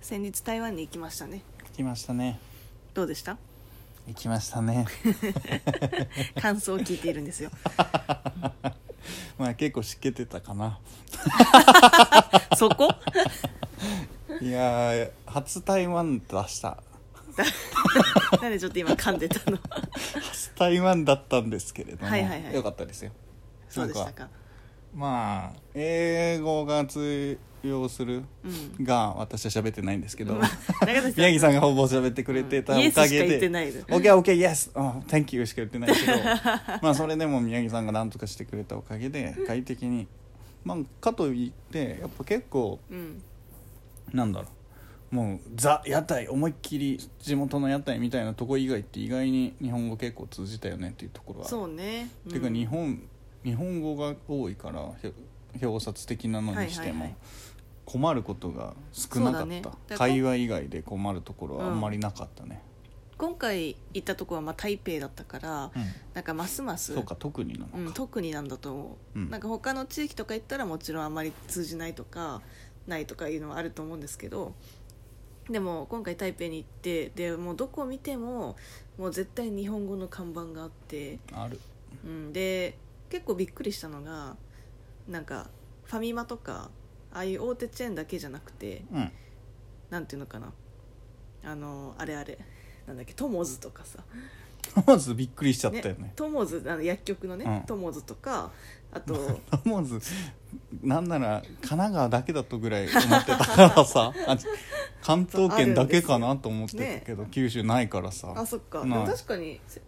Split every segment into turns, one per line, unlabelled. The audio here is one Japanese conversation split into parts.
先日台湾に行きましたね
来ましたね
どうでした
行きました ね
感想を聞いているん ですよ
まあ結構しけてた かな
そこ
いやー初台湾出した
なんでちょっと今噛んで たの
初台湾だったんですけれども、
はいはいはい
よかったですよ
そうでした
なん
か
まあ英語が通用する
うん
が私は喋ってないんですけど
まあ中谷さん
宮城さんがほぼ喋ってくれてた
うん
おか
イエスしか言
げ
って
で
ない
「
の
OKOK イエス」「Thank you」しか言ってない けどまあそれでも宮城さんが何とかしてくれたおかげで快適にまあかといってやっぱ結構
うん
なんだろうもうザ屋台思いっきり地元の屋台みたいなとこ以外って意外に日本語結構通じたよねっていうところは
そうね
ていうか
うん
日本日本語が多いからひょ表札的なのにして
はいはいは
も
い
困ることが少
そう
なか
だ
っ
ねだ
た、
から
会話以外で困るところはあんまりなかったね、
今回行ったとこはまあ台北だったから
うん
なんかますます
そうか特になのか、
うん、特になんだと思う、
うん
なんか他の地域とか行ったらもちろんあんまり通じないとかないとかいうのはあると思うんですけどでも今回台北に行ってでもうどこ見てももう絶対日本語の看板があって、
ある
うん、で結構びっくりしたのがなんかファミマとかああいう大手チェーンだけじゃなくて
うん
なんていうのかなあのあれあれなんだっけトモズとかさ
まずびっくりしちゃったよね
トモズあの薬局のね、
うん
トモズとかあと
思わずなんなら神奈川だけだとぐらい思ってたか らさあ関東圏だけかなと思ってたけど、九州ないから
あ
さ
そっか、
ない
でも確かにせ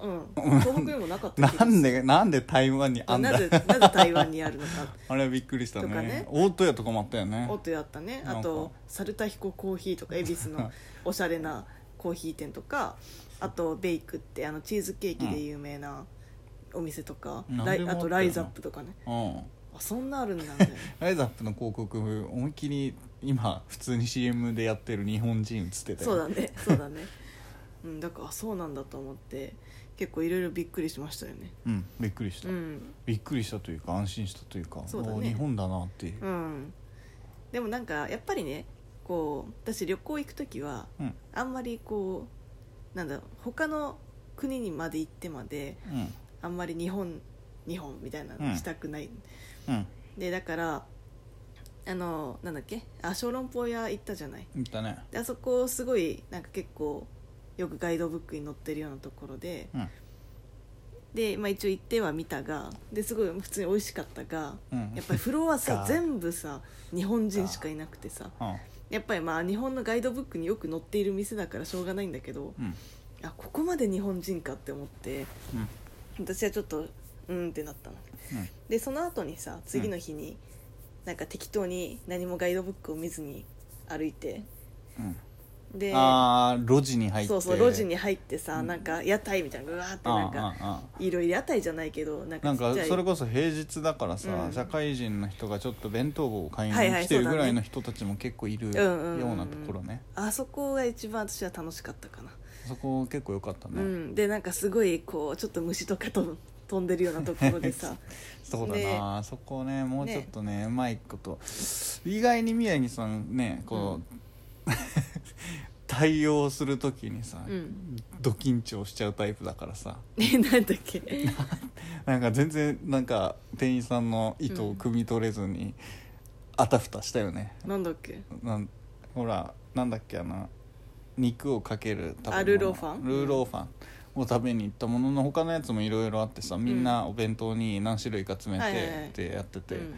うん東北にもなかった
な
気がする
んでなんで台湾にあんだ
なぜなぜ台湾にあるのか
あれはびっくりしたね
とかね
大戸屋とかもあったよね
おっとやったね
なんか
あとサルタヒココーヒーとか恵比寿のおしゃれなコーヒー店とかあとベイクってあのチーズケーキで有名なお店とか、
うん
ライ
何でもあ
あ
ったよ
と
な
ライザップとかね
うん
あそんなあるんだみたい な
ライザップの広告思いっきり今普通に CM でやってる日本人映ってたよ
そうだねそうだねうんだからあそうなんだと思って結構いろいろびっくりしましたよね
うんびっくりした、
うん
びっくりしたというか安心したというか
そうだね
お日本だなっていう
うん、でもなんかやっぱりねこう私旅行行く時は
うん
あんまりこうなんだろう他の国にまで行ってまで
うん
あんまり日本日本みたいな
う
の
ん
したくない、
うん
でだからあのなんだっけあ小籠包屋行ったじゃない
言ったね
であそこすごいなんか結構よくガイドブックに載ってるようなところで
うん
で、まあ、一応行っては見たがですごい普通に美味しかったが
うん
やっぱりフロアさ
が
全部さ日本人しかいなくてさやっぱりまあ日本のガイドブックによく載っている店だからしょうがないんだけど
うんうん
あここまで日本人かって思って
うん
私はちょっとうーんってなったの
うん
でその後にさ次の日に、なんか適当に何もガイドブックを見ずに歩いて
うん
で
ああ路地に入って
そうそう路地に入ってさ、
うん
なんか屋台みたいなのがうわーって
あー
なん
あ
か
ーあー
いろいろ屋台じゃないけどなん
な
か
ん
ちっ
か
ちゃい
それこそ平日だからさ、
うん
社会人の人がちょっと弁当を買い
はいは
に
い
来て
そ
る
うだね
ぐらいの人たちも結構いるよ
うんうんうん
うなところね
あそこが一番私は楽しかったかな、
そこ結構良かった
う
ね、
んでなんかすごいこうちょっと虫とかと飛んでるようなところでさ
そうだな、そこねもう
ね
ちょっとねうまいこと意外に宮城さんねこう、 対応する時にさ、
うん
ド緊張しちゃうタイプだからさ
えなん だっ け
なんか全然なんか店員さんの意図を汲み取れずに、あたふたしたよね
なんだっけ
なんほらなんだっけあの肉をかける食べ物
あルーローファン
ルーローファンを食べに行ったものの他のやつもいろいろあってさみんなお弁当に何種類か詰め
はいはいはい
てってやってて、
うん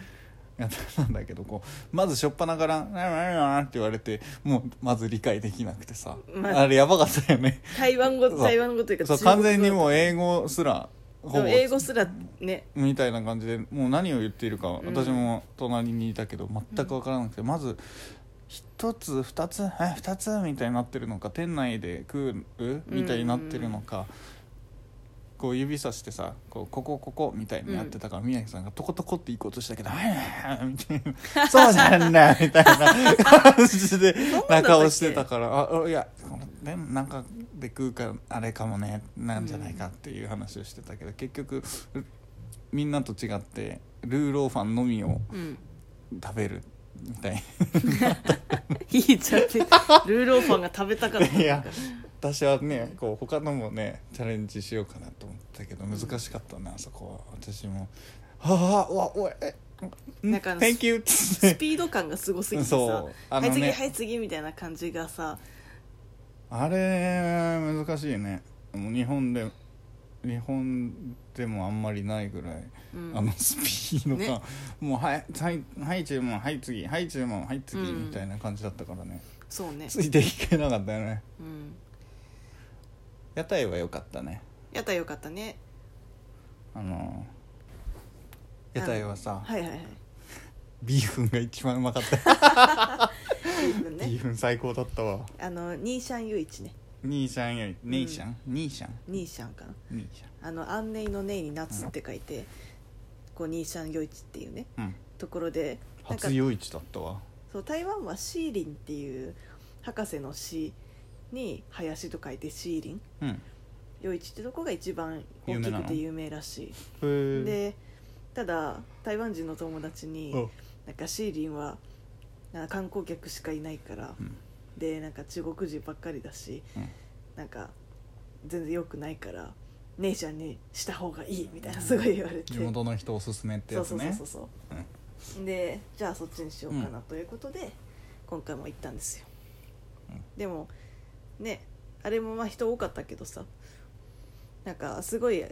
やってたんだけどこうまずしょっぱなから「なななな」って言われてもうまず理解できなくてさ、
まあ
あ、れやばかったよね
台湾語
そう
台湾語というか
そう
中国
完
語
全にもう英語すら
で
ほぼ
も英語すらね
みたいな感じでもう何を言っているか
ん
私も隣にいたけど全く分からなくて、まず一つ二つえ二つみたいになってるのか店内で食うみたいになってるのか、こう指さしてさこうここここみたいにやってたから、宮城さんがトコトコって行こうとしたけど「はいみたいな「 そうじ ゃんな」みたいな感じで中をしてたから「ああいやこのねなんかで食うかあれかもねなんじゃないか」っていう話をしてたけど、結局みんなと違ってルーローファンのみを
うん
食べるみたい
いいじゃんってルーローファンが食べたかった
いや私はねこう他のもねチャレンジしようかなと思ったけど難しかったな、そこは私も「はあうわおいえうん
なんかあの
Thank you」っつっ
ス
て
ピード感がすごすぎてさ、
そうあ
は
の
い次
ね
はい次みたいな感じがさ
あれ難しいねもう日本で日本でもあんまりないぐらい、
うん
あのスピード感、
ね
もうはい「はいはい注文はい次はい注文はい次」
うん
みたいな感じだったからね
そうね
ついていけなかったよね
うん
屋台は良かったね
屋台よかったね
あの屋台はさ、
はいはいはい
ビーフンが一番うまかった
ビーフン
ビー
ね
フン最高だったわ
あのニーシャンユイチね
兄ちゃんより姉ちゃん兄ちゃん
ニーシャンかな
兄ち
あのアンネイのネイに夏って書いて、こうニーシャンユイチっていうね
ゃんうん
ところでなんか
初夜市だったわ
そう台湾はシーリンっていう博士の詩に林と書いてシーリン
うんへ
夜市ってとこが一番大きくて有名らしい
え
でただ台湾人の友達になんかシーリンはなんか観光客しかいないから、
うん
でなんか中国人ばっかりだし、
うん
なんか全然良くないから姉ちゃんにした方がいいみたいなすごい言われて、
地元の人おすすめっ
そ
てや
う
つ
そうそう
ね
そうそう、でじゃあそっちにしようかなということで、今回も行ったんですよ、
うん
でもねあれもまあ人多かったけどさなんかすごい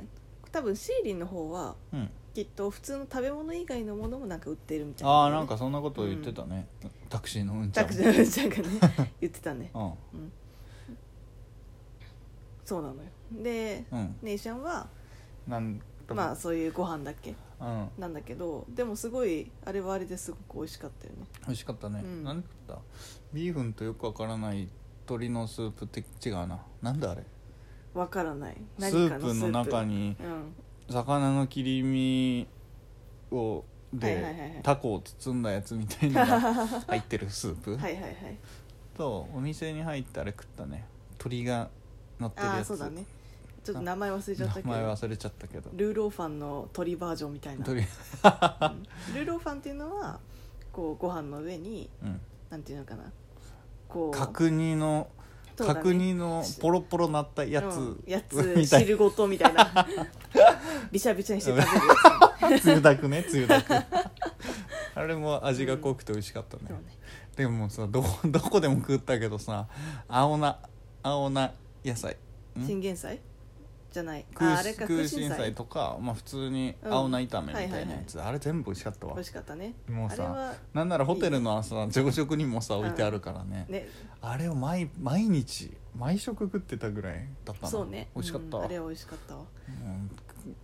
多分シーリンの方は
うん
きっと普通の食べ物以外のものもなんか売ってるみたいな、
ああなんかそんなこと言ってたねタクシーのうんちゃ
タ
ん
クシーのちゃんがね 言ってたね
うん
うんそうなのよで、
うん
ネイシャンは
なん
まあそういうご飯だっけ
うん
なんだけどでもすごいあれはあれですごく美味しかったよね
美味しかったね
うん
なんだビーフンとよくわからない鶏のスープって違うななんだあれ
わからない
ス
何か
ープの中に
うん
魚の切り身を
はいはいはいは
で
い
タコを包んだやつみた いなのが入ってるスープ
はいはいはい
とお店に入ってあれ食ったね鳥が乗ってる
ああ
や
ー
つ
そうだねちょっと名前忘れちゃ
名
ったけど
前忘れちゃったけど
ルーローファンの鳥バージョンみたいな、うん
鳥
ルーローファンっていうのはこうご飯の上に
うん
なんていうのかなこう
角煮の
そうだね
角煮のポロポロなったや
う
つ
んや
み
つ
たいな
汁ごとみたい なびしゃびしゃにして食べるや
つゆだくねつ ゆだくあれも味が濃くて美味しかったね
つ、そうね
でもさどこどこでも食ったけどさ青菜青菜野菜ん
信玄祭じゃない
空
ああれか
空
空
心
心
菜
菜
とか、まあ、普通に
うん
青菜炒めみたいな
はいはいは
や
い
つ、あれ全部美味しかったわ
美味しかったね
もう
あれ
さ
は
なんならホテルのさ朝食にもさ
うん
置いてあるからね,、
ね
あれを毎毎日毎食食ってたぐらいだったの
そうね
美味しかった
うん
わ、
あれは美味しかったわ
うん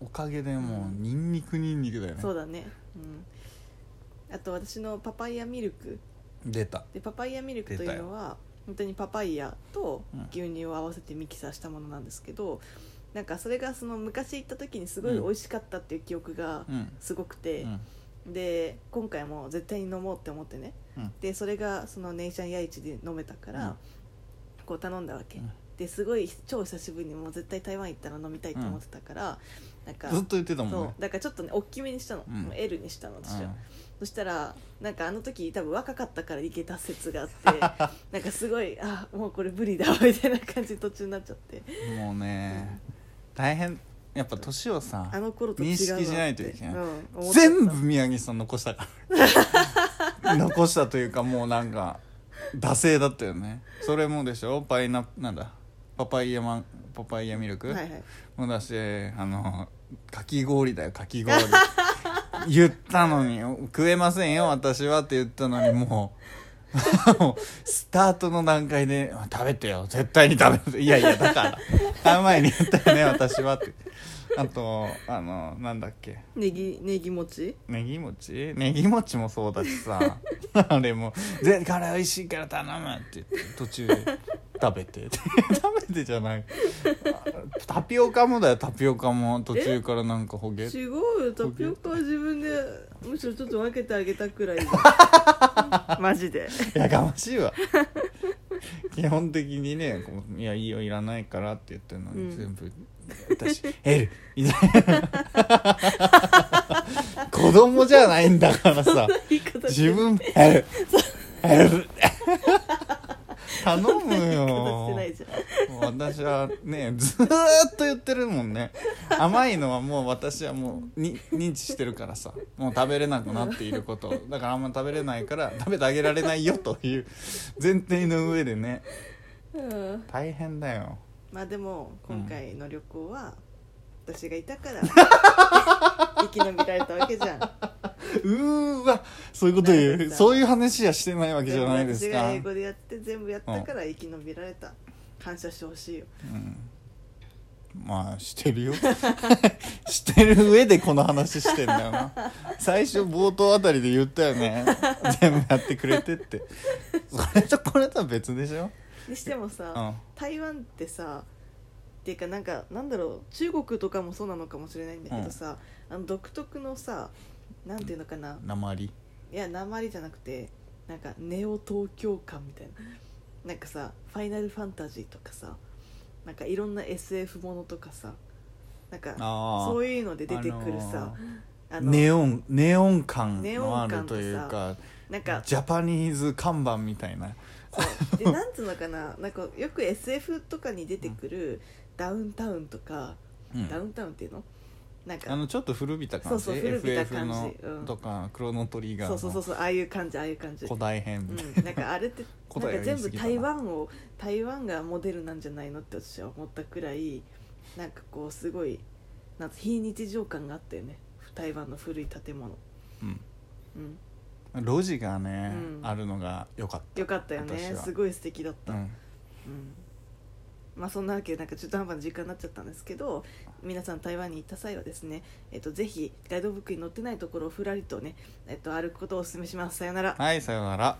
おかげでもう
うん
ニンニクニンニクだよね
そうだねうんあと私のパパイヤミルク
出た
でパパイヤミルクというのは本当にパパイヤと牛乳を合わせてミキサーしたものなんですけど、なんかそれがその昔行った時にすごい美味しかったっていう記憶が
うん
すごくて、
うん
で今回も絶対に飲もうって思ってね
うん
でそれがそのネイシャンヤイチで飲めたから、こう頼んだわけ、
うん
ですごい超久しぶりにもう絶対台湾行ったら飲みたいと思ってたから、なんか
ずっと言ってたもん
そ
ね
うだからちょっとね大きめにしたの、
うん
もう L にしたの私は、
うん
そしたらなんかあの時多分若かったからいけた説があって なんかすごいあもうこれ無理だみたいな感じで途中になっちゃって
もうね、大変やっぱ年をさ
あの頃と違う
認識しないといけない
うん、
全
思っち
部
ゃっ
宮城さん残したか ら残したというかもうなんか惰性だったよねそれもでしょパイナなんだパパイヤマンパパイヤミルク、
たはいはい
もだしあのかき氷だよかき氷言ったのに食えませんよ私はって言ったのにもうもうスタートの段階で「食べてよ絶対に食べて」いやいやだから前に言ったよね私はってあとあのなんだっけ
ネギネギ餅
ネギ餅ネギ餅もそうだし さあれも「ぜこれ美味しいから頼む」って言って途中で食 べて食べてじゃないあタピオカもだよタピオカも途中からなんかほげ
違うよタピオカは自分でむしろちょっと分けてあげたくらい じゃんマジで
やかま しいわ基本的にねこう「いやいいよいらないから」って言ってるのに、
うん
全部「私 L」みたいな 子供じゃないんだからさ
言い方
自分「L」「L」頼
形
む
してない
よ
じゃん
私はねずーっと言ってるもんね甘いのはもう私はもうに認知してるからさもう食べれなくなっていることをだからあんま食べれないから食べてあげられないよという前提の上でね
うん
大変だよ
まあでも今回の旅行は私がいたから 生き延びられたわけじゃん
うーわそういうこと
なん
言
で
う
さ
そういう話はしてないわけじゃないです
全部私
か
が英語でやって全部やったから生き延びられた、感謝してほしいよ
うんまあしてるよ してる上でこの話してんだよな最初冒頭あたりで言ったよね全部やってくれてってそれとこれとは別でしょ
にしてもさ、
うん
台湾ってさっていうかなんかなんだろう中国とかもそうなのかもしれないんだけどさ、あの独特のさなんていうのかな、
鉛
いや鉛じゃなくてなんかネオ東京感みたいななんかさ「ファイナルファンタジー」とかさなんかいろんな SF ものとかさなんか
あ
そう
あ
いうので出てくるさ、あの
ネオンネオン感
ネオ
のあ
ン感
る
と
と
さ
いうか
なんか
ジャパニーズ看板みたいな
そうでなんつうのかななんかよく SF とかに出てくるダウンタウンとか、
うん
ダウンタウンっていうのなんか
あのちょっと古びた感じ
そうそう古びた感じ
FF の
うん
とかクロノトリガー
そ
の
うそうそうそうああいう感じああいう感じ
古代編みたい
うん、なんかあれってなん
答え
か
は
全
言い
部
過ぎたな
台湾を台湾がモデルなんじゃないのって私は思ったくらいなんかこうすごいなんか非日常感があったよね台湾の古い建物、
うん
うん、
路地がね、
うん
あるのが良かった
よかったよ
私
ね
は
すごい素敵だった、
うん
うんまあそんなわけでなんか中途半端な時間になっちゃったんですけど皆さん台湾に行った際はですね、えっとぜひガイドブックに載ってないところをふらりとね、えっと歩くことをお勧めしますさよなら
はいさようなら